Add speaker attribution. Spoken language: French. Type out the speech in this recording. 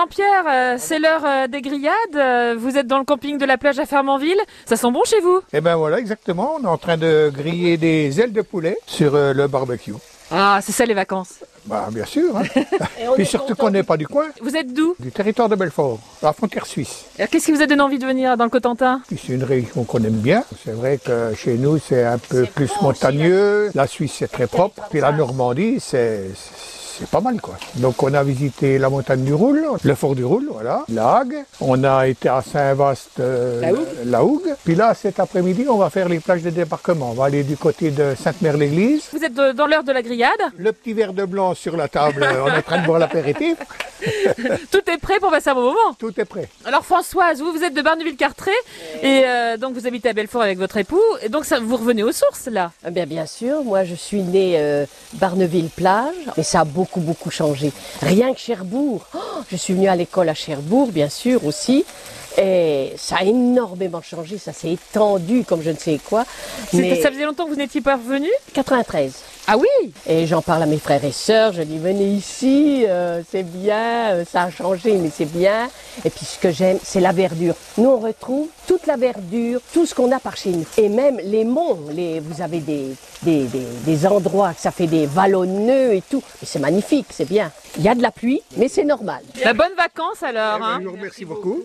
Speaker 1: Jean-Pierre, euh, c'est l'heure euh, des grillades. euh, vous êtes dans le camping de la plage à Fermanville. Ça sent bon chez vous
Speaker 2: Eh ben voilà, exactement. On est en train de griller des ailes de poulet sur euh, le barbecue.
Speaker 1: Ah, c'est ça les vacances.
Speaker 2: Bah bien sûr. Hein. Puis surtout qu'on n'est pas du coin,
Speaker 1: Vous êtes d'où
Speaker 2: du territoire de Belfort, à la frontière suisse.
Speaker 1: Alors, Qu'est-ce qui vous a donné envie de venir dans le Cotentin
Speaker 2: Puis c'est une région qu'on aime bien. C'est vrai que chez nous c'est un peu plus montagneux. La Suisse c'est très propre. Puis la Normandie c'est c'est pas mal quoi. Donc on a visité la montagne du Roule, le fort du Roule, voilà, la Hague. On a été à Saint-Vaast, euh,
Speaker 3: La Hougue.
Speaker 2: la Hougue. Puis là cet après-midi on va faire les plages de débarquement. On va aller du côté de Sainte-Mère-l'Église.
Speaker 1: Vous êtes de- dans l'heure de la grillade.
Speaker 2: Le petit verre de blanc sur la table, euh, on est en train de boire l'apéritif,
Speaker 1: Tout est prêt pour passer un bon moment.
Speaker 2: tout est prêt.
Speaker 1: Alors Françoise, vous, vous êtes de Barneville-Cartré et euh, donc vous habitez à Belfort avec votre époux. Et donc ça, vous revenez aux sources là.
Speaker 3: Eh Bien, bien sûr, moi je suis née euh, Barneville-Plage, mais ça a beaucoup, beaucoup changé. Rien que Cherbourg. Oh, je suis venue à l'école à Cherbourg, bien sûr, aussi. Et ça a énormément changé, ça s'est étendu comme je ne sais quoi.
Speaker 1: C'était-
Speaker 3: Mais
Speaker 1: Ça faisait longtemps que vous n'étiez pas revenu
Speaker 3: 93.
Speaker 1: Ah oui
Speaker 3: Et j'en parle à mes frères et sœurs, je dis venez ici, euh, c'est bien, euh, ça a changé, mais c'est bien. Et puis ce que j'aime, c'est la verdure. Nous, on retrouve toute la verdure, tout ce qu'on a par chez nous. Et même les monts, les, vous avez des, des, des, des endroits que ça fait des vallonneux et tout. Et c'est magnifique, c'est bien. Il y a de la pluie, mais c'est normal.
Speaker 1: La bonne Bah, vacances alors.
Speaker 2: Eh ben,
Speaker 1: hein.
Speaker 2: je vous remercie beaucoup.